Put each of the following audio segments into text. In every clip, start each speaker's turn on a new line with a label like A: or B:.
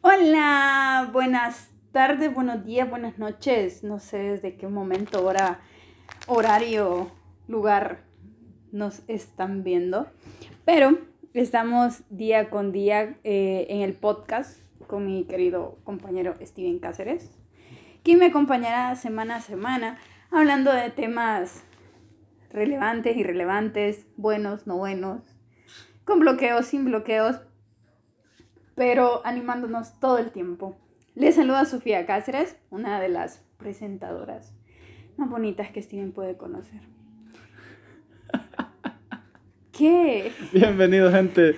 A: Hola, buenas tardes, buenos días, buenas noches. No sé desde qué momento, hora, horario, lugar nos están viendo. Pero estamos día con día eh, en el podcast con mi querido compañero Steven Cáceres, quien me acompañará semana a semana hablando de temas relevantes, irrelevantes, buenos, no buenos, con bloqueos, sin bloqueos, pero animándonos todo el tiempo. Les saluda Sofía Cáceres, una de las presentadoras más bonitas que Steven puede conocer. ¿Qué?
B: Bienvenido gente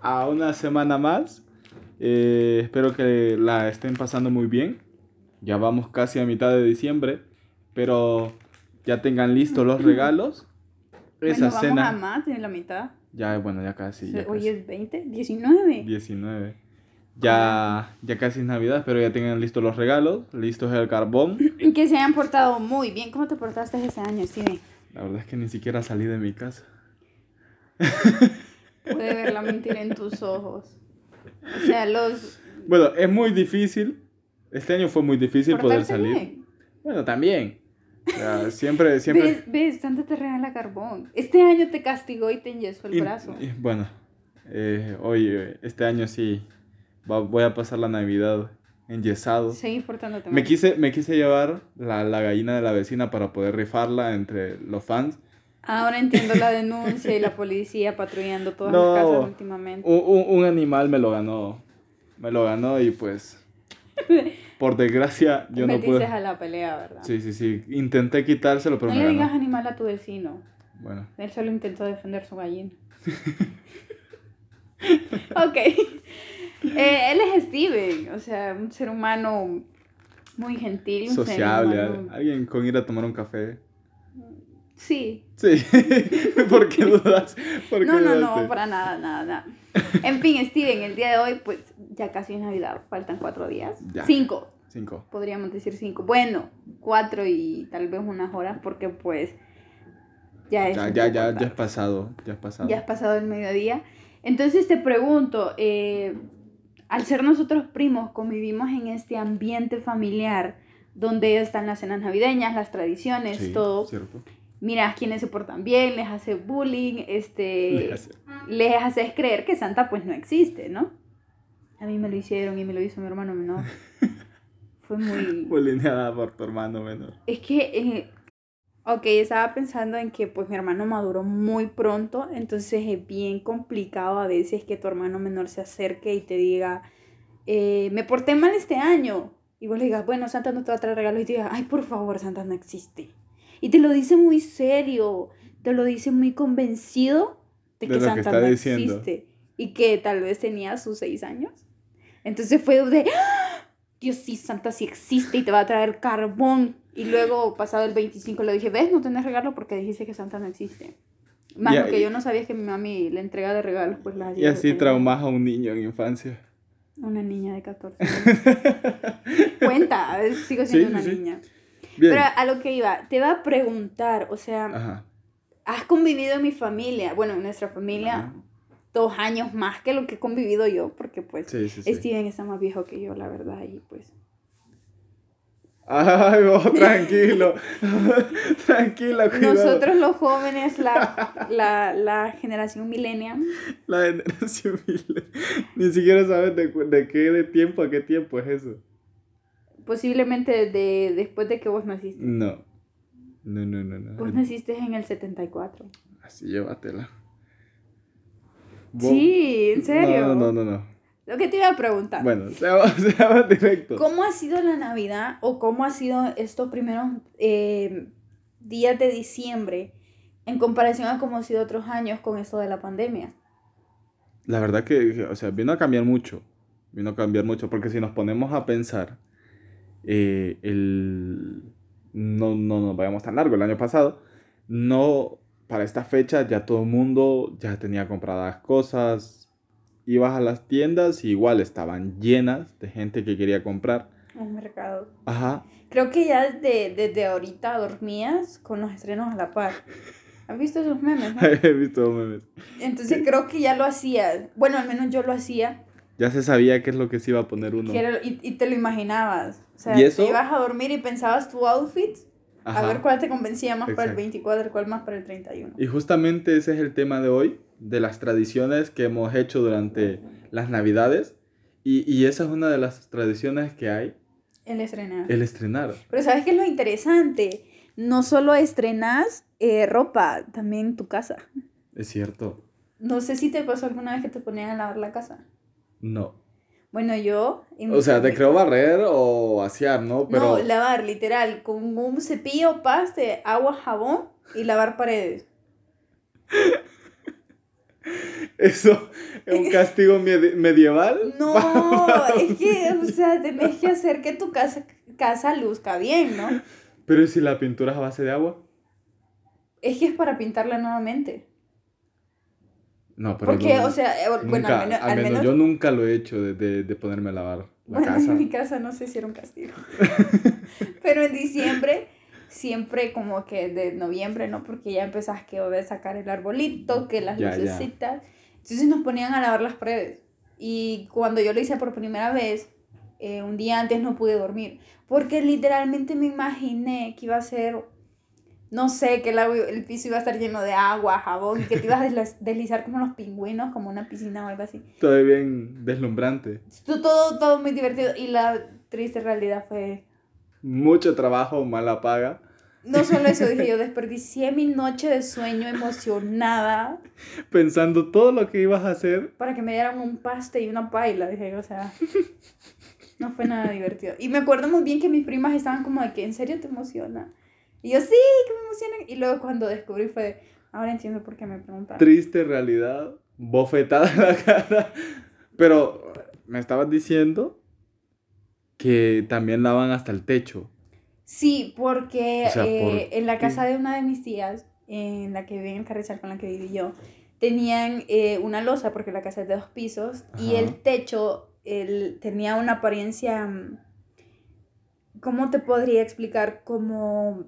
B: a una semana más. Eh, espero que la estén pasando muy bien. Ya vamos casi a mitad de diciembre, pero ya tengan listos los regalos.
A: bueno,
B: Esa
A: vamos a
B: cena.
A: más de la mitad.
B: Ya, bueno, ya casi. Ya
A: Hoy
B: casi.
A: es 20, 19.
B: 19. Ya, ya casi es Navidad, pero ya tengan listos los regalos, listos el carbón.
A: Que se hayan portado muy bien. ¿Cómo te portaste ese año, Steven?
B: La verdad es que ni siquiera salí de mi casa.
A: Pude ver la mentira en tus ojos. O sea, los...
B: Bueno, es muy difícil. Este año fue muy difícil poder
A: portarse
B: salir.
A: bien.
B: Bueno, también. O sea, siempre, siempre.
A: ¿Ves, ves? Tanto te regala carbón. Este año te castigó y te enyesó el
B: Y-
A: brazo.
B: y bueno, eh, hoy, eh, este año sí, va- voy a pasar la Navidad enyesado.
A: Seguí portándote
B: Me
A: mal.
B: quise, me quise llevar la, la gallina de la vecina para poder rifarla entre los fans.
A: Ahora entiendo la denuncia y la policía patrullando todas
B: No.
A: las casas últimamente.
B: Un, un- un animal me lo ganó. Me lo ganó y pues, por desgracia, yo no
A: Metiste
B: pude.
A: a la pelea, ¿verdad?
B: Sí, sí, sí. Intenté quitárselo, pero
A: no
B: me
A: le
B: ganó.
A: digas animal a tu vecino.
B: Bueno,
A: Él solo intentó defender su gallina. ok. Eh, él es Steven, o sea, un ser humano muy gentil. Un ser
B: sociable. al-
A: humano-
B: Alguien con ir a tomar un café.
A: Sí.
B: Sí. ¿Por qué dudas? ¿Por qué
A: No, no,
B: dudaste?
A: no, para nada, nada, nada. En fin, Steven, el día de hoy, pues ya casi es Navidad, faltan cuatro días.
B: Ya.
A: Cinco,
B: Cinco.
A: podríamos decir cinco. Bueno, cuatro y tal vez unas horas, porque pues ya es.
B: Ya,
A: un
B: ya,
A: poco
B: ya, ya
A: tarde.
B: es pasado, ya es pasado.
A: Ya has pasado el mediodía. Entonces te pregunto, eh, al ser nosotros primos, convivimos en este ambiente familiar donde están las cenas navideñas, las tradiciones,
B: Sí,
A: todo.
B: Cierto.
A: Miras quienes se portan bien, les hace bullying, este
B: Le hace-
A: les haces creer que Santa pues no existe, ¿no? A mí me lo hicieron y me lo hizo mi hermano menor. Fue muy...
B: Fue alineada por tu hermano menor.
A: Es que, eh, ok, estaba pensando en que pues mi hermano maduró muy pronto, entonces es bien complicado a veces que tu hermano menor se acerque y te diga, eh, me porté mal este año. Y vos le digas, bueno, Santa no te va a traer regalos y te diga, ay, por favor, Santa no existe. Y te lo dice muy serio, te lo dice muy convencido de
B: De
A: que
B: lo que
A: Santa
B: está
A: no
B: diciendo.
A: existe. Y que tal vez tenía sus seis años. Entonces fue de, ¡Ah! Dios sí, Santa sí existe y te va a traer carbón. Y luego, pasado el 25, le dije, ves, no tenés regalo porque dijiste que Santa no existe. Más
B: Ya,
A: lo que
B: y-
A: yo no sabía es que mi mami le entrega de regalos, pues las
B: Y
A: hacía
B: así
A: de-
B: traumas a un niño en infancia.
A: Una niña de 14 años. Cuenta, es- sigo
B: Sí,
A: siendo
B: sí,
A: una
B: sí.
A: niña.
B: Bien. Ah.
A: Pero a lo que iba, te va a preguntar, o sea,
B: Ajá.
A: has convivido en mi familia, bueno, en nuestra familia,
B: Ajá.
A: dos años más que lo que he convivido yo, porque pues
B: Sí, sí, sí.
A: Steven está más viejo que yo, la verdad, y pues...
B: Ay, vos, tranquilo. Tranquila, cuidado.
A: Nosotros los jóvenes, la, la, la generación millennial,
B: La generación mil- Ni siquiera sabes de, cu- de qué de tiempo a qué tiempo es eso.
A: posiblemente de, después de que vos naciste.
B: No. No, no, no,
A: Vos
B: no.
A: naciste en el 74.
B: Así llévatela. Vos-
A: Sí, en serio.
B: No, no, no, no. no.
A: Lo que te iba a preguntar.
B: Bueno, seamos, seamos directos.
A: ¿Cómo ha sido la Navidad o cómo ha sido estos primeros eh, días de diciembre en comparación a cómo ha sido otros años con esto de la pandemia?
B: La verdad que, que, o sea, vino a cambiar mucho. Vino a cambiar mucho, porque si nos ponemos a pensar, eh, el... no, no nos vayamos tan largo, el año pasado, no, para esta fecha ya todo el mundo ya tenía compradas cosas, ibas a las tiendas y igual estaban llenas de gente que quería comprar.
A: Un mercado.
B: Ajá,
A: Creo que ya desde, desde ahorita dormías con los estrenos a la par. ¿Has visto esos memes? no?
B: he visto memes.
A: Entonces creo que ya lo hacía. Bueno, al menos yo lo hacía.
B: Ya se sabía qué es lo que se iba a poner uno.
A: Que era- y, y te lo imaginabas. O sea,
B: ¿Y eso?
A: te ibas a dormir y pensabas tu outfit, a
B: Ajá.
A: ver cuál te convencía más para el
B: Exacto.
A: 24, cuál más para el 31.
B: Y justamente ese es el tema de hoy, de las tradiciones que hemos hecho durante las navidades. Y, y esa es una de las tradiciones que hay,
A: El estrenar.
B: el estrenar.
A: Pero ¿sabes qué es lo interesante? No solo estrenas eh, ropa, también tu casa.
B: Es cierto.
A: No sé si te pasó alguna vez que te ponían a lavar la casa.
B: No.
A: Bueno, yo... en mi
B: O sea, te
A: familia-
B: creo barrer o vaciar, ¿no? Pero
A: No, lavar, literal, con un cepillo, paste, agua, jabón y lavar paredes.
B: eso es un castigo medi- medieval.
A: No, es que, o sea, tenés que hacer que tu casa, casa luzca bien, ¿no?
B: Pero ¿y si la pintura es a base de agua?
A: Es que es para pintarla nuevamente.
B: No, pero
A: Porque,
B: no,
A: o sea, eh, bueno,
B: nunca,
A: al menos,
B: al menos yo nunca lo he hecho de, de- de ponerme a lavar la
A: bueno,
B: casa.
A: en mi casa no se hicieron castigo. Pero en diciembre, siempre como que de noviembre, ¿no? Porque ya empezás que voy a sacar el arbolito, que las
B: Ya, ya.
A: lucecitas. Entonces nos ponían a lavar las paredes. Y cuando yo lo hice por primera vez, eh, un día antes no pude dormir. Porque literalmente me imaginé que iba a ser, no sé, que el, agua- el piso iba a estar lleno de agua, jabón, y que te ibas a desla- deslizar como los pingüinos, como una piscina o algo así.
B: Todo bien deslumbrante.
A: Estuvo Todo, todo muy divertido. Y la triste realidad fue
B: Mucho trabajo, mala paga.
A: No solo eso, dije yo, desperdicié mi noche de sueño emocionada
B: Pensando todo lo que ibas a hacer.
A: para que me dieran un paste y una paila, dije yo, o sea, no fue nada divertido. Y me acuerdo muy bien que mis primas estaban como de que, ¿en serio te emociona? Y yo, sí, que me emociona. Y luego cuando descubrí fue, ahora entiendo por qué me preguntan.
B: Triste realidad. Bofetada en la cara. Pero me estabas diciendo que también lavan hasta el techo.
A: Sí, porque
B: O sea,
A: eh,
B: ¿por
A: en la
B: qué?
A: casa de una de mis tías, en la que vive en el Carrizal con la que viví yo, tenían eh, una losa, porque la casa es de dos pisos, y
B: Ajá.
A: el techo el, tenía una apariencia, mm, ¿cómo te podría explicar? Como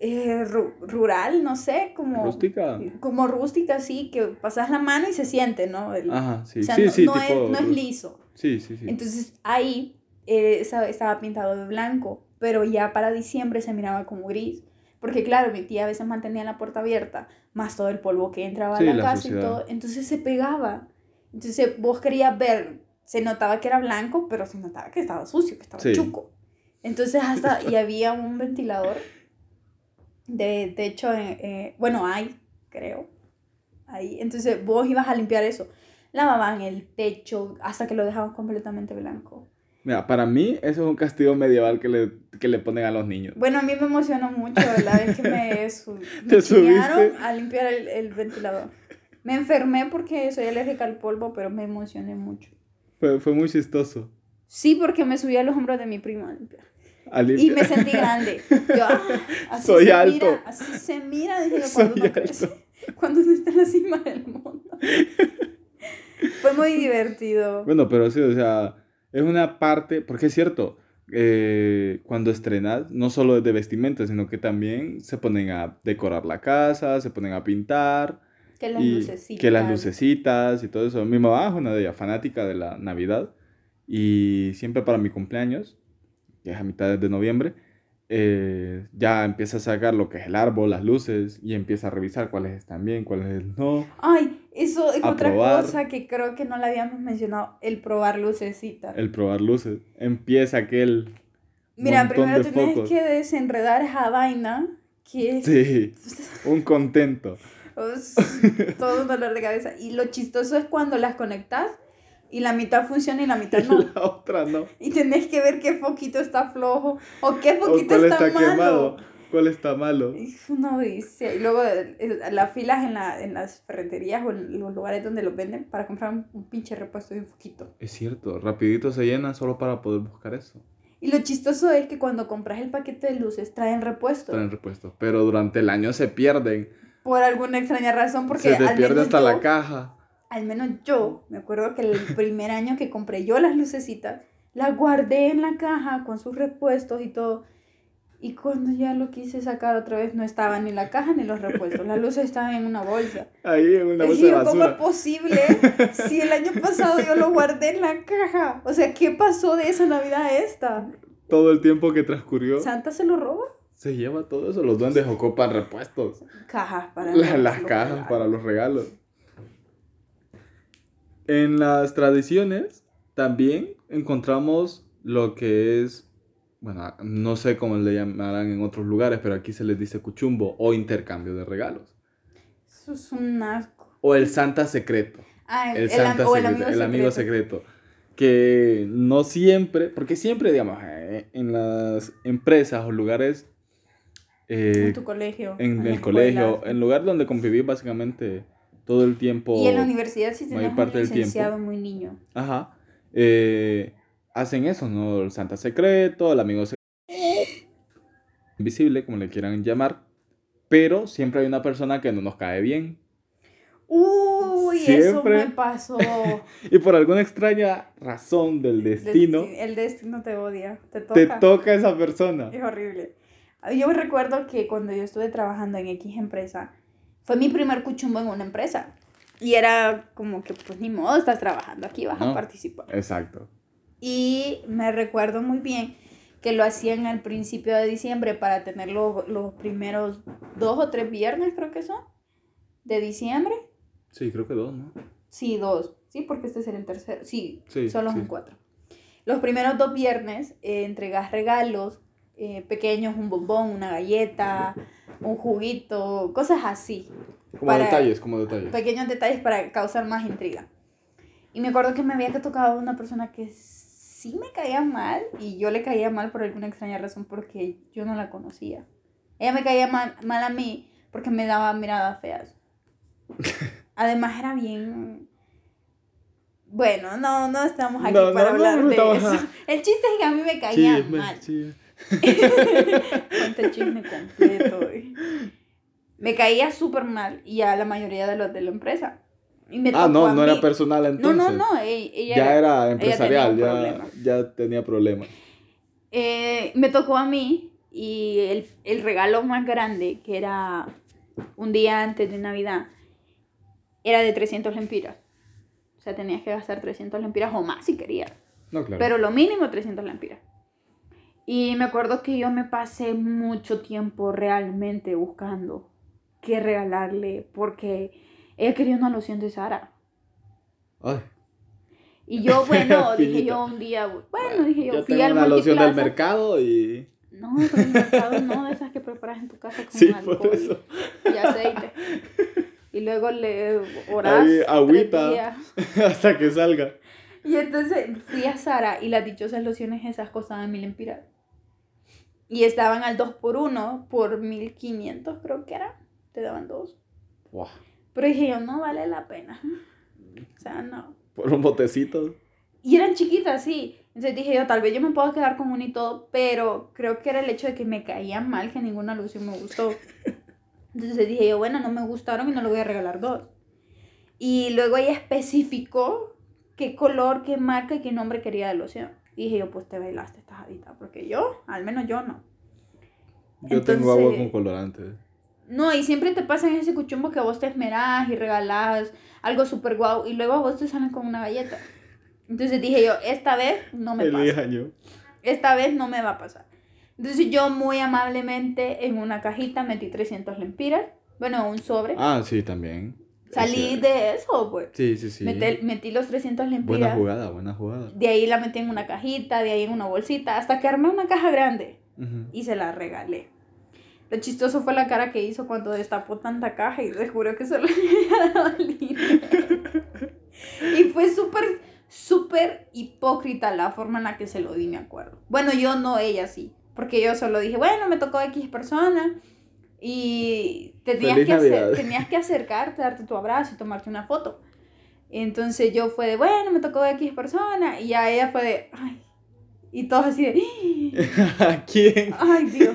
A: eh, ru- rural, no sé, como...
B: ¿Rústica?
A: Como rústica, sí, que pasas la mano y se siente, ¿no? El-
B: Ajá, Ah, sí.
A: o sea,
B: sí,
A: no,
B: sí,
A: no
B: tipo
A: es, no es
B: rus-
A: liso.
B: Sí, sí, sí.
A: Entonces ahí eh, esa- estaba pintado de blanco, pero ya para diciembre se miraba como gris. Porque claro, mi tía a veces mantenía la puerta abierta, más todo el polvo que entraba
B: Sí,
A: a la,
B: la
A: casa y
B: suciedad.
A: todo. Entonces se pegaba. Entonces vos querías ver, se notaba que era blanco, pero se notaba que estaba sucio, que estaba
B: Sí.
A: chuco. Entonces hasta, y había un ventilador de techo, eh, eh, bueno, hay, creo. Ahí. Entonces vos ibas a limpiar eso lavaban el pecho hasta que lo dejaban completamente blanco.
B: Mira, para mí eso es un castigo medieval que le, que le ponen a los niños.
A: Bueno, a mí me emocionó mucho la vez que me, su- me
B: Te
A: chinearon
B: subiste.
A: a limpiar el, el ventilador. Me enfermé porque soy alérgica al polvo, pero me emocioné mucho.
B: Fue, fue muy chistoso.
A: Sí, porque me subí a los hombros de mi prima a limpiar.
B: Al
A: Y
B: limpiar-
A: me sentí grande. Yo, ah, así
B: Soy
A: se
B: alto.
A: Mira, así se mira, dije yo, cuando
B: Soy
A: uno
B: alto.
A: crece, cuando uno está en la cima del mundo. Fue muy divertido.
B: Bueno, pero sí, o sea, es una parte, porque es cierto, eh, cuando estrenas, no solo es de vestimenta, sino que también se ponen a decorar la casa, se ponen a pintar,
A: Que las
B: y
A: lucecitas.
B: que las lucecitas y todo eso. Mi mamá es una de ellas, fanática de la Navidad, y siempre para mi cumpleaños, que es a mitad de noviembre, eh, ya empieza a sacar lo que es el árbol, las luces, y empieza a revisar cuáles están bien, cuáles no.
A: Ay, eso es
B: A
A: otra
B: probar.
A: cosa que creo que no la habíamos mencionado, el probar lucecitas.
B: El probar luces. Empieza aquel...
A: Mira,
B: montón
A: primero
B: de
A: tenés
B: focos.
A: que desenredar esa vaina que es
B: Sí, un contento.
A: os- todo un dolor de cabeza. Y lo chistoso es cuando las conectas y la mitad funciona y la mitad no.
B: La otra no.
A: Y tenés que ver qué foquito está flojo o qué
B: O
A: foquito
B: cuál
A: está,
B: está,
A: malo.
B: quemado, cuál está malo.
A: Es una odisea. Y luego el- el- las filas en, la, en las ferreterías o en los lugares donde los venden para comprar un, un pinche repuesto de un foquito.
B: Es cierto, rapidito se llena solo para poder buscar eso.
A: Y lo chistoso es que cuando compras el paquete de luces traen repuesto.
B: Traen repuestos, pero durante el año se pierden.
A: Por alguna extraña razón, porque
B: se te
A: al,
B: pierde
A: menos
B: hasta
A: yo,
B: la caja.
A: al menos yo, me acuerdo que el primer año que compré yo las lucecitas, las guardé en la caja con sus repuestos y todo. Y cuando ya lo quise sacar otra vez, no estaba ni la caja ni los repuestos. Las luces estaban en una bolsa.
B: Ahí en una
A: Le
B: bolsa
A: dije,
B: de
A: yo, ¿cómo es
B: basura.
A: posible? Si el año pasado yo lo guardé en la caja. O sea, ¿qué pasó de esa Navidad a esta?
B: Todo el tiempo que transcurrió
A: ¿Santa se lo roba?
B: se lleva todo eso. Los duendes ocupan repuestos.
A: Cajas para...
B: La- las
A: lo-
B: cajas para los regalos. En las tradiciones también encontramos lo que es, bueno, no sé cómo le llamarán en otros lugares, pero aquí se les dice cuchumbo o intercambio de regalos.
A: Eso es un asco.
B: O el Santa secreto.
A: Ah,
B: El, Santa
A: am- o el
B: secreto, el amigo
A: secreto.
B: secreto. Que no siempre, porque siempre, digamos, eh, en las empresas o lugares eh,
A: En tu colegio.
B: en
A: la
B: el
A: escuela.
B: colegio, en lugar donde convivís básicamente todo el tiempo.
A: Y en la universidad sí
B: mayor
A: tenés un
B: parte del
A: licenciado muy niño.
B: Ajá. eh, hacen eso, ¿no? El Santa Secreto, el amigo secreto. Invisible, como le quieran llamar. Pero siempre hay una persona que no nos cae bien.
A: Uy, eso
B: Siempre.
A: me pasó.
B: Y por alguna extraña razón del destino,
A: Del- El destino te odia. Te toca.
B: te toca esa persona.
A: Es horrible. Yo me recuerdo que cuando yo estuve trabajando en X empresa, fue mi primer cuchumbo en una empresa. Y era como que, pues ni modo, estás trabajando aquí, vas
B: No.
A: a participar.
B: Exacto.
A: Y me recuerdo muy bien que lo hacían al principio de diciembre para tener los, los primeros dos o tres viernes, creo que son, de diciembre.
B: Sí, creo que dos, ¿no?
A: Sí, dos. Sí, porque este sería el tercero. Sí,
B: Sí,
A: solo
B: sí.
A: son cuatro. Los primeros dos viernes eh, entregas regalos eh, pequeños, un bombón, una galleta, un juguito, cosas así.
B: Como
A: Para-
B: detalles, como detalles.
A: Pequeños detalles para causar más intriga. Y me acuerdo que me había tocado una persona que sí me caía mal y yo le caía mal por alguna extraña razón porque yo no la conocía. Ella me caía mal, mal a mí porque me daba miradas feas. Además era bien... Bueno, no, no estamos aquí
B: No, no,
A: para
B: no,
A: hablar
B: no
A: de
B: estamos-
A: eso. El chiste es que a mí me caía
B: Chisme,
A: mal.
B: chisme.
A: Cuenta el chisme completo, güey. Me caía súper mal y a la mayoría de los de la empresa. Y me
B: Ah,
A: tocó
B: no,
A: a
B: no era
A: mí.
B: personal
A: No,
B: entonces.
A: no, no, e- ella
B: ya
A: era-
B: era
A: tenía
B: empresarial,
A: un
B: ya,
A: problema.
B: ya tenía problemas.
A: Eh, me tocó a mí y el, el regalo más grande, que era un día antes de Navidad, era de 300 lempiras. O sea, tenías que gastar 300 lempiras o más si querías.
B: No, claro.
A: Pero lo mínimo 300 lempiras. Y me acuerdo que yo me pasé mucho tiempo realmente buscando qué regalarle porque ella quería una loción de Sara.
B: Ay,
A: Y yo, bueno, dije
B: Finito.
A: yo un día, bueno, dije yo,
B: yo
A: fui
B: tengo
A: al
B: una loción del
A: Multiplaza.
B: mercado y...
A: No, pero el mercado no, de esas que preparas en tu casa con
B: Sí,
A: alcohol
B: por eso.
A: y aceite. Y luego le orás
B: Ahí,
A: tres
B: agüita.
A: días.
B: Hasta que salga.
A: Y entonces fui a Sara y las dichosas lociones esas costaban mil empiras. Y estaban al 2 por 1 por 1500 creo que era. Te daban dos.
B: Buah,
A: Pero dije yo, no vale la pena. O sea, no.
B: por un botecito.
A: Y eran chiquitas, sí. Entonces dije yo, tal vez yo me puedo quedar con uno y todo, pero creo que era el hecho de que me caía mal que ninguna loción me gustó. Entonces dije yo, bueno, no me gustaron y no le voy a regalar dos. Y luego ella especificó qué color, qué marca y qué nombre quería de loción. Y dije yo, pues te bailaste, estás adicta, porque yo, al menos yo no.
B: Yo tengo agua
A: Entonces-
B: con colorante.
A: No, y siempre te pasan ese cuchumbo que vos te esmerás y regalás algo súper guau y luego a vos te salen con una galleta. Entonces dije yo, esta vez no me pasa
B: Feliz año.
A: esta vez no me va a pasar. Entonces yo muy amablemente en una cajita metí 300 lempiras, bueno, un sobre.
B: Ah, sí, también.
A: Salí
B: Es
A: de eso, pues.
B: que- Sí, sí, sí.
A: Meté- metí los 300
B: Buena
A: lempiras.
B: jugada, buena jugada.
A: De ahí la metí en una cajita, de ahí en una bolsita, hasta que armé una caja grande
B: Ujú.
A: y se la regalé. Lo chistoso fue la cara que hizo cuando destapó tanta caja y descubrió que solo le había dado dinero. Y fue súper, súper hipócrita la forma en la que se lo di, me acuerdo. Bueno, yo no, ella sí. Porque yo solo dije, bueno, me tocó X persona. Y te tenías
B: Feliz
A: que, acer-
B: Navidad.
A: tenías que acercarte, darte tu abrazo y tomarte una foto. Entonces yo fue de, bueno, me tocó X persona. Y ya ella fue de, ay. Y todos así de, "Ih".
B: ¿A quién?
A: Ay, Dios.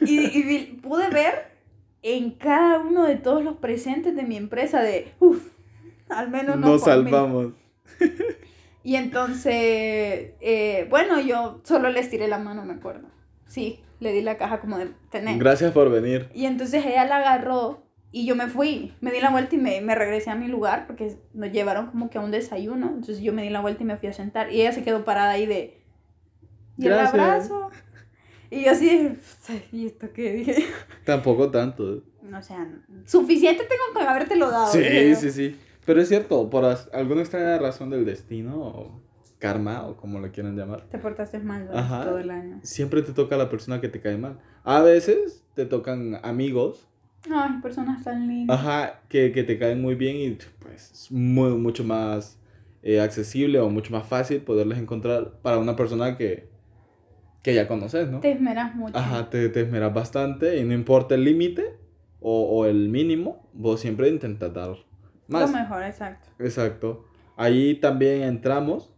A: Y, y vi- pude ver en cada uno de todos los presentes de mi empresa de, uff, al menos no
B: Nos
A: fue a mí.
B: salvamos.
A: Y entonces, eh, bueno, yo solo les tiré la mano, me acuerdo. Sí, le di la caja como de tener.
B: Gracias por venir.
A: Y entonces ella la agarró y yo me fui, me di la vuelta y me, me regresé a mi lugar porque nos llevaron como que a un desayuno. Entonces yo me di la vuelta y me fui a sentar y ella se quedó parada ahí de... Y el
B: Gracias.
A: abrazo. Y yo así, ¿y esto qué? Dije,
B: Tampoco tanto.
A: o sea, suficiente tengo con habértelo dado. dije
B: Sí,
A: yo.
B: sí, sí. Pero es cierto, por as- alguna extraña razón del destino o karma o como lo quieran llamar,
A: Te portaste mal durante
B: Ajá.
A: todo el año.
B: siempre te toca la persona que te cae mal. A veces te tocan amigos,
A: Ay, personas tan lindas.
B: ajá, que, que te caen muy bien y pues es muy, mucho más eh, accesible o mucho más fácil poderles encontrar para una persona que, que ya conoces, ¿no?
A: Te esmeras mucho.
B: Ajá, te, te esmeras bastante y no importa el límite o, o el mínimo, vos siempre intentas dar más.
A: Lo mejor, exacto.
B: Exacto. Ahí también entramos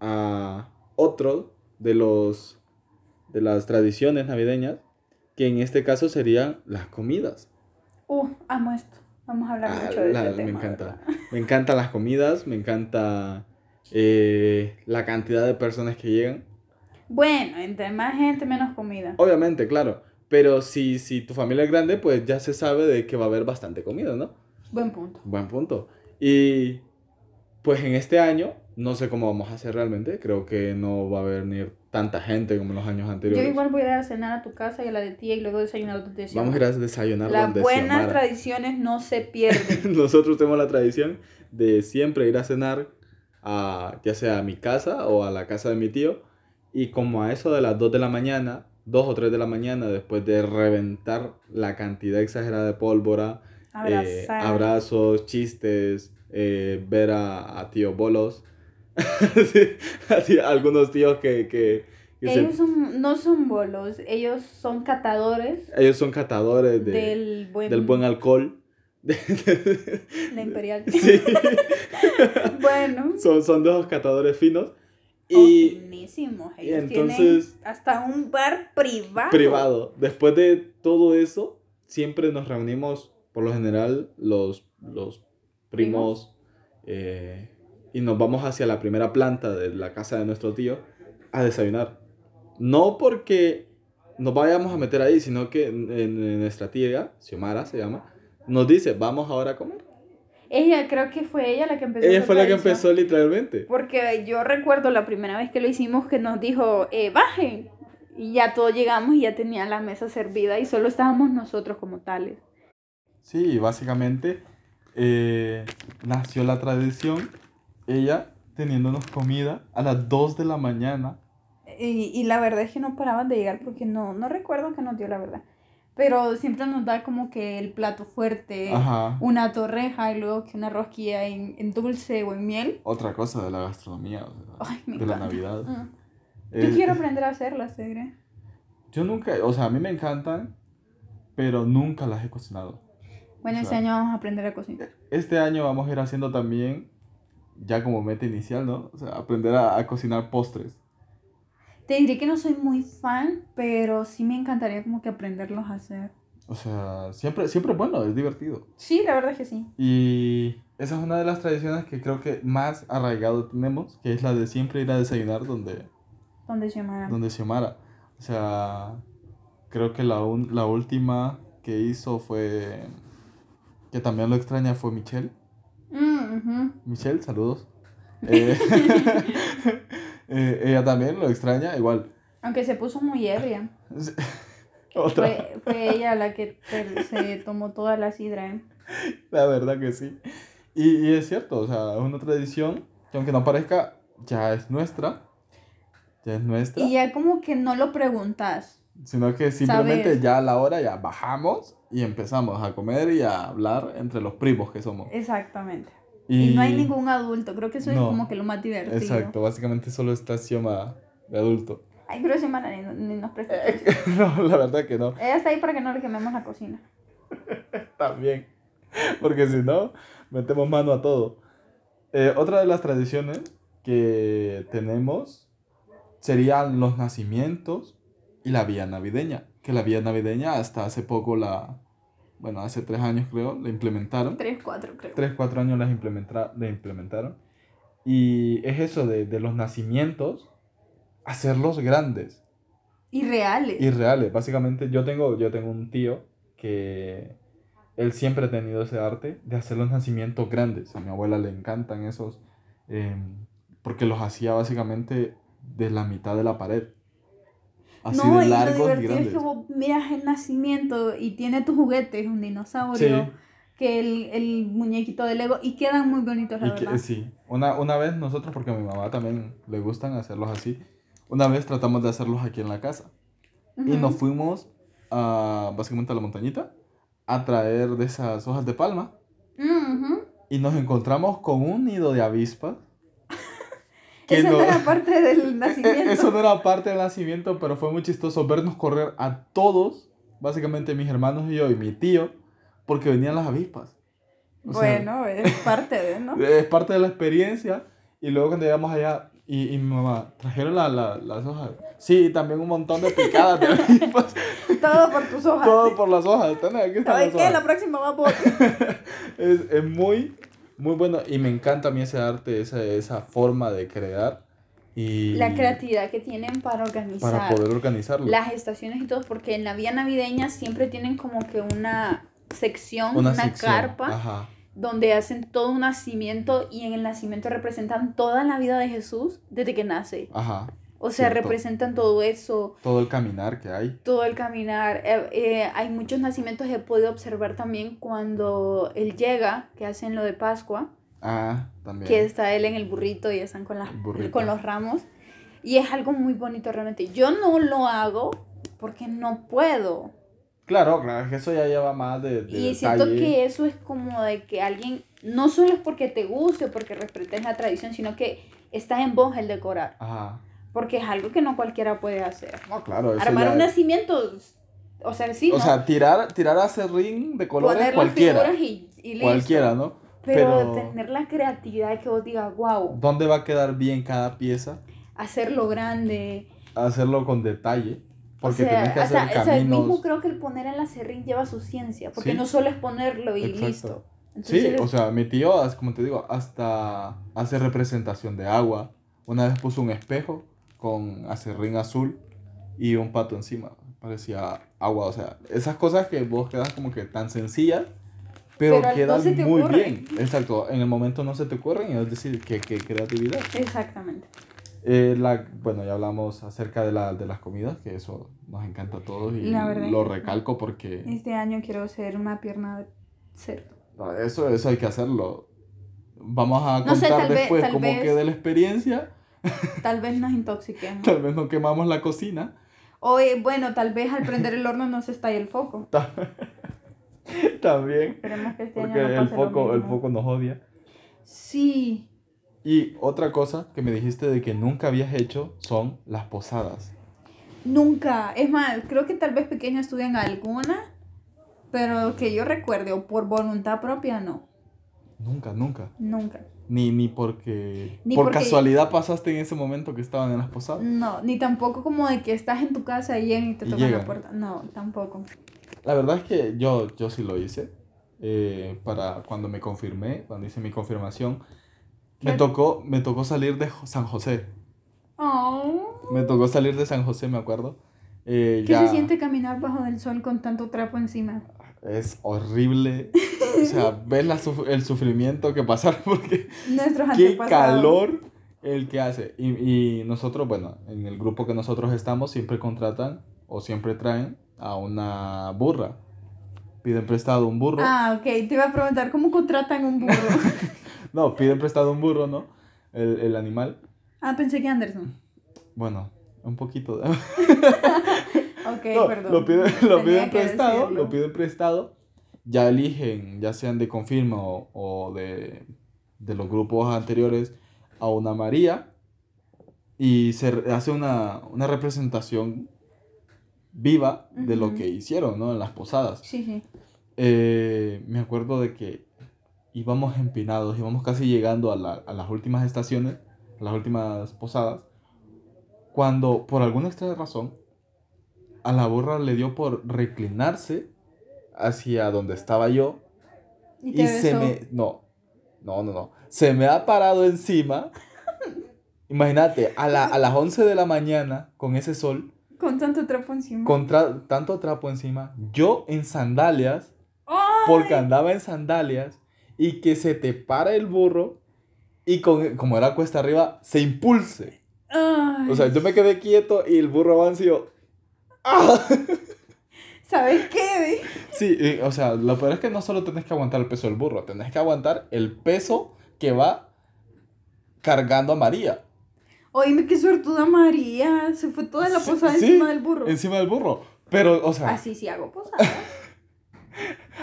B: a otro de los de las tradiciones navideñas, que en este caso serían las comidas.
A: Uh, amo esto. Vamos a hablar
B: Ah,
A: mucho de
B: la-
A: este
B: me
A: tema,
B: encanta.
A: ¿verdad?
B: Me encantan las comidas, me encanta eh, la cantidad de personas que llegan.
A: Bueno, entre más gente, menos comida.
B: Obviamente, claro. Pero si, si tu familia es grande, pues ya se sabe de que va a haber bastante comida, ¿no?
A: Buen punto.
B: Buen punto. Y pues en este año, no sé cómo vamos a hacer realmente. Creo que no va a venir tanta gente como en los años
A: Yo
B: anteriores.
A: igual voy a ir a cenar a tu casa y a la de tía y luego desayunar donde te
B: Vamos a ir a desayunar
A: Las
B: donde
A: buenas
B: Xiomara.
A: tradiciones no se pierden.
B: Nosotros tenemos la tradición de siempre ir a cenar a ya sea a mi casa o a la casa de mi tío. Y como a eso de las 2 de la mañana, 2 o 3 de la mañana, después de reventar la cantidad exagerada de pólvora, eh,
A: Abrazar.
B: abrazos, chistes, eh, ver a, a tíos bolos, Sí, a tí- a algunos tíos que, que- que se-
A: Ellos son- no son bolos, ellos son catadores
B: ellos son catadores de-
A: del buen,
B: del buen alcohol.
A: la imperial.
B: Sí,
A: bueno,
B: son, son de los catadores finos
A: y,
B: y
A: finísimos.
B: y
A: Ellos
B: entonces-
A: tienen hasta un bar privado.
B: privado. Después de todo eso, siempre nos reunimos, por lo general, los, los primos eh, y nos vamos hacia la primera planta de la casa de nuestro tío a desayunar. No porque nos vayamos a meter ahí, sino que en- en nuestra tía, Xiomara se llama, nos dice, vamos ahora a comer.
A: Ella, creo que fue ella la que empezó.
B: Ella
A: esa
B: fue la que
A: Pues tradición.
B: empezó literalmente.
A: Porque yo recuerdo la primera vez que lo hicimos que nos dijo, eh, bajen. Y ya todos llegamos y ya tenía la mesa servida y solo estábamos nosotros como tales.
B: Sí, básicamente eh, nació la tradición, ella teniéndonos comida a las 2 de la mañana.
A: Y, y la verdad es que no paraban de llegar porque no, no recuerdo que nos dio la verdad. Pero siempre nos da como que el plato fuerte,
B: Ajá.
A: una torreja y luego que una rosquilla en, en dulce o en miel.
B: Otra cosa de la gastronomía, o sea,
A: Ay, me
B: de la
A: encanta.
B: Navidad.
A: Mm.
B: Eh,
A: Yo quiero aprender a hacerlas, te diré.
B: Yo nunca, o sea, a mí me encantan, pero nunca las he cocinado.
A: Bueno, este
B: Claro.
A: año vamos a aprender a cocinar.
B: Este año vamos a ir haciendo también, ya como meta inicial, ¿no? O sea, aprender a, a cocinar postres.
A: Te diré que no soy muy fan, pero sí me encantaría como que aprenderlos a hacer.
B: O sea, siempre, siempre es bueno, es divertido.
A: Sí, la verdad es que sí.
B: Y esa es una de las tradiciones que creo que más arraigado tenemos, que es la de siempre ir a desayunar donde,
A: ¿Dónde se llama?
B: donde Xiomara. O sea, creo que la, un- la última que hizo fue, que también lo extraña, fue Michelle.
A: Mm, ujú.
B: Michelle, saludos. Eh, eh, ella también lo extraña, igual.
A: Aunque se puso muy ebria.
B: Otra,
A: Fue, fue ella la que te- se tomó toda la sidra. ¿eh?
B: la verdad que sí. Y, y es cierto, o sea, es una tradición que aunque no parezca, ya es nuestra. Ya es nuestra.
A: Y ya como que no lo preguntas.
B: Sino que simplemente
A: Saber.
B: ya a la hora ya bajamos y empezamos a comer y a hablar entre los primos que somos.
A: Exactamente. Y, no hay ningún adulto. Creo que eso es
B: No.
A: como que lo más divertido.
B: Exacto, básicamente solo está Xioma de adulto.
A: Ay, pero Xiomara ni, ni nos presta.
B: no, la verdad que no,
A: Ella está ahí para que no le quememos la cocina.
B: también. Porque si no, metemos mano a todo. Eh, otra de las tradiciones que tenemos serían los nacimientos y la vía navideña. Que la vía navideña hasta hace poco la... Bueno, hace tres años creo, la implementaron.
A: Tres, cuatro, creo.
B: 3, 4 años las implementa- la implementaron. Y es eso de, de los nacimientos, hacerlos grandes.
A: Irreales.
B: irreales. Básicamente, yo tengo, yo tengo un tío que él siempre ha tenido ese arte de hacer los nacimientos grandes. A mi abuela le encantan esos, eh, porque los hacía básicamente de la mitad de la pared. Así
A: no,
B: de
A: y lo
B: largos y
A: divertido es
B: grandes.
A: que vos miras el nacimiento y tiene tu juguete, es un dinosaurio,
B: Sí.
A: que el, el muñequito de Lego, y quedan muy bonitos, la
B: Y que-
A: verdad.
B: sí, una, una vez nosotros, porque a mi mamá también le gustan hacerlos así, una vez tratamos de hacerlos aquí en la casa. Y
A: Ujú.
B: nos fuimos a, básicamente a la montañita a traer de esas hojas de palma.
A: Mm, Ujú.
B: Y nos encontramos con un nido de avispas. que
A: Esa no
B: no-
A: era parte del
B: Eh, eh,
A: nacimiento.
B: Eso no era parte del nacimiento, pero fue muy chistoso vernos correr a todos, básicamente mis hermanos y yo y mi tío, porque venían las avispas. o sea-
A: bueno, es parte de, ¿no?
B: Es parte de la experiencia. Y luego cuando llegamos allá, y, y mi mamá, trajeron la- la- las hojas. Sí, y también un montón de picadas de avispas.
A: Todo por tus hojas.
B: todo por las hojas. Ten, aquí están
A: ¿Sabes
B: las
A: qué?
B: hojas.
A: La próxima va por...
B: Es, es muy, muy bueno. Y me encanta a mí ese arte, esa, esa forma de crear. Y
A: La creatividad que tienen para organizar.
B: Para poder organizarlo.
A: las estaciones y todo, porque en la vía navideña siempre tienen como que una sección, una,
B: sección,
A: carpa,
B: Ajá.
A: donde hacen todo un nacimiento y en el nacimiento representan toda la vida de Jesús desde que nace.
B: Ajá.
A: O sea,
B: Cierto.
A: representan todo eso,
B: Todo el caminar que hay.
A: todo el caminar. Eh, eh, hay muchos nacimientos que he podido observar también cuando él llega, que hacen lo de Pascua,
B: Ah, también.
A: que está él en el burrito y están con, las,
B: Burrito.
A: con los ramos. Y es algo muy bonito realmente. Yo no lo hago porque no puedo.
B: Claro, claro, es que eso ya lleva más de, de
A: Y siento
B: detalle.
A: que eso es como de que alguien, no solo es porque te guste o porque respetes la tradición, sino que está en vos el decorar,
B: Ajá.
A: porque es algo que no cualquiera puede hacer.
B: No, claro, eso
A: Armar
B: ya
A: un
B: es-
A: nacimiento, o sea, sí,
B: O
A: ¿no?
B: sea, tirar, tirar a ese ring de colores
A: poner las
B: cualquiera.
A: figuras y, y listo.
B: cualquiera, ¿no?
A: Pero,
B: pero-
A: tener la creatividad que vos digas, wow,
B: ¿Dónde va a quedar bien cada pieza?
A: hacerlo grande.
B: Hacerlo con detalle. Porque
A: o sea,
B: tenés que hacer
A: hasta- o sea,
B: caminos.
A: mismo creo que el poner el acerrín lleva su ciencia, porque
B: Sí.
A: no solo es ponerlo y
B: Exacto.
A: listo.
B: Sí,
A: Entonces,
B: o sea, mi tío, as- como te digo, hasta hace representación de agua. Una vez puso un espejo con acerrín azul y un pato encima. Parecía agua, o sea, esas cosas que vos quedas como que tan sencillas, pero,
A: Pero no
B: quedan
A: se te
B: muy
A: ocurren.
B: bien. Exacto, en el momento no se te ocurren, es decir, que, que creatividad.
A: Exactamente.
B: Eh, la, bueno, ya hablamos acerca de, la, de las comidas, que eso nos encanta a todos y
A: La verdad es
B: lo
A: que-
B: recalco porque...
A: Este año quiero ser una pierna de cerdo.
B: No, Eso, eso hay que hacerlo. Vamos a
A: No sé,
B: contar
A: tal vez-
B: después
A: tal
B: cómo
A: vez-
B: queda la experiencia.
A: Tal vez nos intoxiquemos.
B: Tal vez no quemamos la cocina.
A: O eh, bueno, tal vez al prender el horno no se estalle el foco.
B: También.
A: Esperemos que este
B: Porque
A: año no
B: el
A: pase lo
B: foco, el
A: mismo.
B: foco nos odia.
A: Sí.
B: Y otra cosa que me dijiste de que nunca habías hecho son las posadas.
A: Nunca. Es más, creo que tal vez pequeña estuve en alguna, pero que yo recuerde, o por voluntad propia, no.
B: Nunca, nunca.
A: Nunca.
B: Ni, ni porque...
A: Ni
B: por
A: porque-
B: casualidad pasaste en ese momento que estaban en las posadas.
A: No, ni tampoco como de que estás en tu casa y llegan y te
B: Y
A: tocan la
B: llegan.
A: puerta. No, tampoco.
B: La verdad es que yo, yo sí lo hice. eh, para cuando me confirmé, cuando hice mi confirmación, me
A: ¿Qué?
B: tocó, me tocó salir de Jo- San José.
A: Oh.
B: Me tocó salir de San José, me acuerdo. Eh,
A: ¿Qué
B: ya-
A: se siente caminar bajo del sol con tanto trapo encima?
B: Es horrible. O sea, ves la suf- el sufrimiento que pasaron porque
A: Nuestros
B: qué
A: antepasados.
B: calor el que hace. Y, y nosotros, bueno, en el grupo que nosotros estamos siempre contratan o siempre traen a una burra. Piden prestado un burro.
A: Ah, ok, te iba a preguntar cómo contratan un burro.
B: No, piden prestado un burro, ¿no? El, el animal.
A: ah, pensé que Anderson.
B: Bueno, un poquito.
A: Ok,
B: No,
A: perdón.
B: lo piden, lo
A: Tenía
B: piden
A: que
B: prestado,
A: decirlo.
B: lo piden prestado. Ya eligen, ya sean de confirma o, o de, de los grupos anteriores, a una María y se re- hace una, una representación viva de lo
A: Ujú.
B: que hicieron ¿no? en las posadas.
A: Sí, sí.
B: Eh, me acuerdo de que íbamos empinados, íbamos casi llegando a, la- a las últimas estaciones, a las últimas posadas, cuando por alguna extraña razón a la burra le dio por reclinarse hacia donde estaba yo
A: Y, te
B: y se
A: besó.
B: me... No, no, no, no. Se me ha parado encima. Imagínate, a, la- a las 11 de la mañana con ese sol.
A: Con tanto trapo encima.
B: con tra- tanto trapo encima, yo en sandalias,
A: ¡Ay!
B: porque andaba en sandalias, y que se te para el burro y con, como era cuesta arriba, se impulse.
A: Ay.
B: O sea, yo me quedé quieto y el burro avanza y yo... ¡Ah!
A: ¿Sabes qué?
B: Sí, y, o sea, lo peor es que no solo tenés que aguantar el peso del burro, tenés que aguantar el peso que va cargando a María
A: Oíme, qué suertuda María. Se fue toda la
B: Sí,
A: posada
B: sí.
A: encima del burro.
B: encima del burro. Pero, o sea,
A: Así sí hago posada.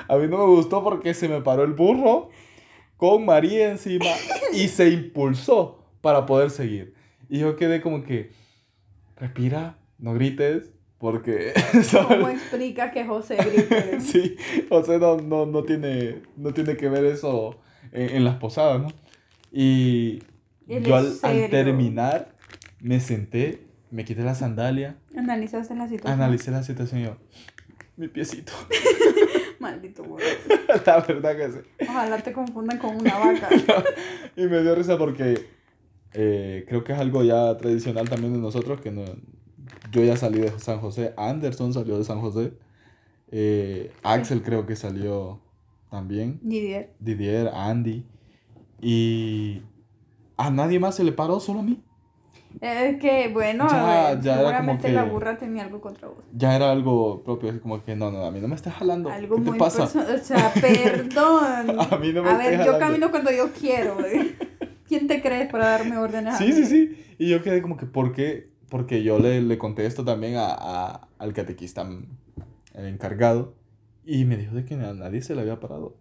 B: a mí no me gustó porque se me paró el burro con María encima y se impulsó para poder seguir. Y yo quedé como que, respira, no grites, porque,
A: ¿Cómo
B: ¿sabes?
A: explica que José grite?
B: Sí, o sea, no, no, no, tiene, no tiene que ver eso en, en las posadas, ¿no? Y
A: Él
B: yo al,
A: es
B: al
A: serio.
B: terminar me senté, me quité la sandalia,
A: Analizaste la situación.
B: analicé la situación y yo, mi piecito,
A: Maldito burro.
B: la verdad que sí.
A: Ojalá te confundan con una vaca.
B: Y me dio risa porque eh, creo que es algo ya tradicional también de nosotros, que no, yo ya salí de San José, Anderson salió de San José, eh, Axel creo que salió también,
A: Didier.
B: Didier, Andy, y a nadie más se le paró, solo a mí.
A: Es que, bueno,
B: Ya-
A: eh,
B: ya era como
A: seguramente
B: que-
A: la burra tenía algo contra vos.
B: Ya era algo propio, es como que no, no, a mí no me estás jalando.
A: Algo
B: ¿Qué te
A: muy
B: pasa?
A: perso- O sea, perdón.
B: A mí no me
A: A
B: estés
A: ver, yo
B: jalando.
A: camino cuando yo quiero. eh. ¿Quién te crees para darme órdenes? a
B: Sí,
A: mí?
B: sí, sí. Y yo quedé como que, ¿por qué? Porque yo le, le contesto también a, a- al catequista mm, el encargado y me dijo de que a nadie se le había parado.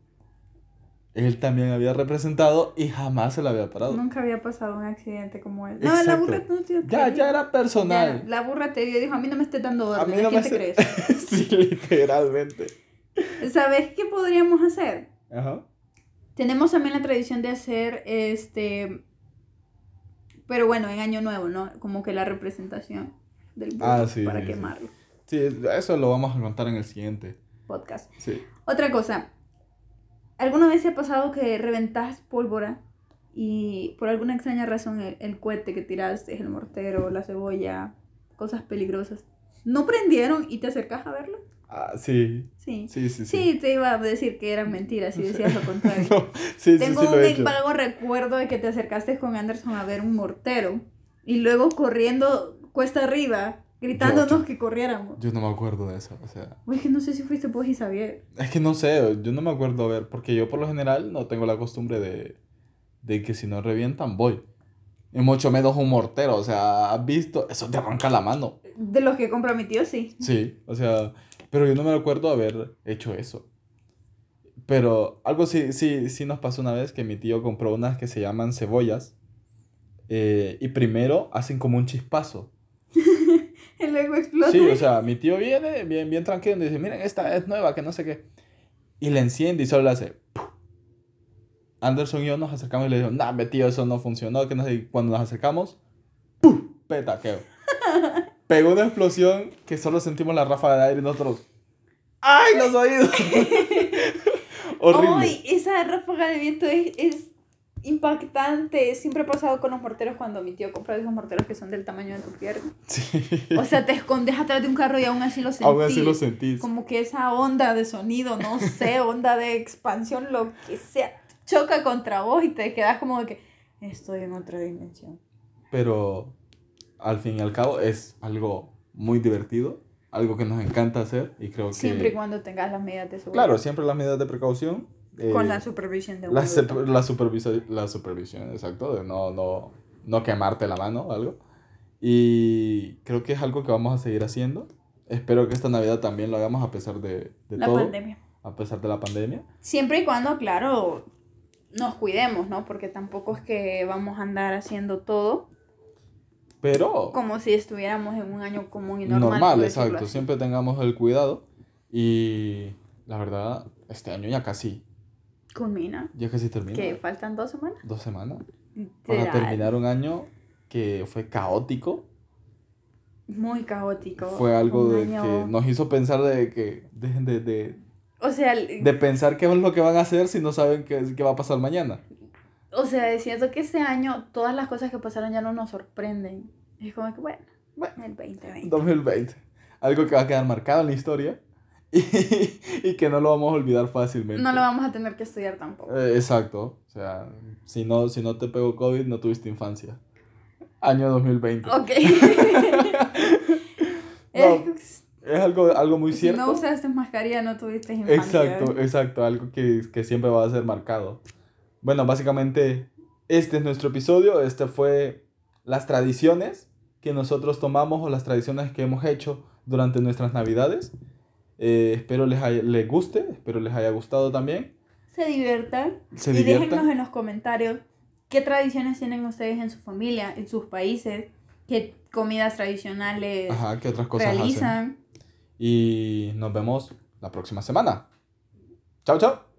B: Él también había representado y jamás se le había parado.
A: Nunca había pasado un accidente como él. No, la
B: Exacto.
A: burra no te dio
B: ya, ya era personal.
A: la burra te dio y dijo, a mí no me estés dando
B: A mí
A: órdenes,
B: no
A: ¿quién
B: me
A: te
B: estés- sí, literalmente.
A: crees? ¿Sabes qué podríamos hacer?
B: Ajá.
A: Tenemos también la tradición de hacer, este, pero bueno, en Año Nuevo, ¿no? Como que la representación del burro
B: Ah, sí,
A: para
B: sí, sí.
A: quemarlo.
B: Sí, eso lo vamos a contar en el siguiente.
A: Podcast.
B: Sí.
A: Otra cosa. ¿Alguna vez se ha pasado que reventas pólvora y por alguna extraña razón el, el cohete que tiraste, el mortero, la cebolla, cosas peligrosas, no prendieron y te acercas a verlo?
B: Ah, sí.
A: Sí.
B: Sí, sí, sí.
A: Sí, te iba a decir que eran mentiras si decías lo contrario.
B: No, sí, sí,
A: Tengo
B: sí, lo he
A: un
B: hecho.
A: vago recuerdo de que te acercaste con Anderson a ver un mortero y luego corriendo cuesta arriba, gritándonos que corriéramos.
B: Yo no me acuerdo de eso, o sea.
A: Uy, es que no sé si fuiste vos y Xavier.
B: Es que no sé, yo no me acuerdo, a ver, porque yo por lo general no tengo la costumbre de, de que si no revientan voy. Y mucho menos un mortero, o sea, has visto, eso te arranca la mano.
A: De los que comprometió, sí.
B: Sí, o sea, pero yo no me acuerdo haber hecho eso. Pero algo sí, sí, sí nos pasó una vez que mi tío compró unas que se llaman cebollas eh, y primero hacen como un chispazo.
A: Y luego explota.
B: Sí, o sea, mi tío viene bien, bien tranquilo y dice, miren, esta es nueva, que no sé qué. Y la enciende y solo le hace... ¡puf! Anderson y yo nos acercamos y le digo, nah, me tío, eso no funcionó, que no sé. qué". Y cuando nos acercamos, ¡puf! petaqueo. Pegó una explosión que solo sentimos la ráfaga de aire y nosotros... ¡Ay, los oídos! Horrible.
A: Ay, esa ráfaga de viento es, es impactante. Siempre ha pasado con los morteros cuando mi tío compra esos morteros que son del tamaño de tu pierna.
B: Sí.
A: O sea, te escondes atrás de un carro y aún así lo sentís.
B: Aún así lo sentís.
A: Como que esa onda de sonido, no sé, onda de expansión, lo que sea, choca contra vos y te quedas como de que estoy en otra dimensión.
B: pero al fin y al cabo es algo muy divertido, algo que nos encanta hacer y creo que...
A: Siempre y cuando tengas las medidas de seguridad.
B: Claro, siempre las medidas de precaución. eh,
A: Con la supervisión de un
B: la,
A: adulto.
B: sep- la supervisa- la supervisión, exacto, de no, no, no quemarte la mano o algo. Y creo que es algo que vamos a seguir haciendo. Espero que esta Navidad también lo hagamos a pesar de, de
A: La
B: todo,
A: pandemia.
B: a pesar de la pandemia.
A: Siempre y cuando, claro, nos cuidemos, ¿no? Porque tampoco es que vamos a andar haciendo todo
B: Pero
A: como si estuviéramos en un año común y normal.
B: normal,
A: por decirlo
B: exacto,
A: así.
B: siempre tengamos el cuidado. Y la verdad, este año ya casi,
A: Culmina.
B: ya casi termina.
A: Que faltan dos semanas.
B: Dos semanas. Para
A: Literal.
B: terminar un año que fue caótico.
A: Muy caótico.
B: fue algo
A: un
B: de
A: año-
B: que nos hizo pensar de que dejen de, de,
A: O sea, el-
B: de pensar qué es lo que van a hacer si no saben qué, es- qué va a pasar mañana.
A: o sea, es cierto que este año todas las cosas que pasaron ya no nos sorprenden. Es como que, bueno,
B: Bueno,
A: El 2020.
B: 2020. Algo que va a quedar marcado en la historia y, y que no lo vamos a olvidar fácilmente.
A: No lo vamos a tener que estudiar tampoco.
B: Eh, exacto. O sea, si no, si no te pegó COVID, no tuviste infancia. Año 2020.
A: Ok.
B: Eh, No,
A: Es-
B: es algo, algo muy
A: si
B: cierto.
A: no usaste mascarilla, no tuviste infancia.
B: Exacto, eh. exacto, algo que, que siempre va a ser marcado. Bueno, básicamente este es nuestro episodio, este fue las tradiciones que nosotros tomamos o las tradiciones que hemos hecho durante nuestras navidades. Eh, espero les, haya- les guste, espero les haya gustado también.
A: Se diviertan.
B: Se
A: y
B: diviertan.
A: déjennos en los comentarios qué tradiciones tienen ustedes en su familia, en sus países, qué comidas tradicionales
B: Ajá, que otras cosas hacen.
A: realizan.
B: Y nos vemos la próxima semana. Chao, chao.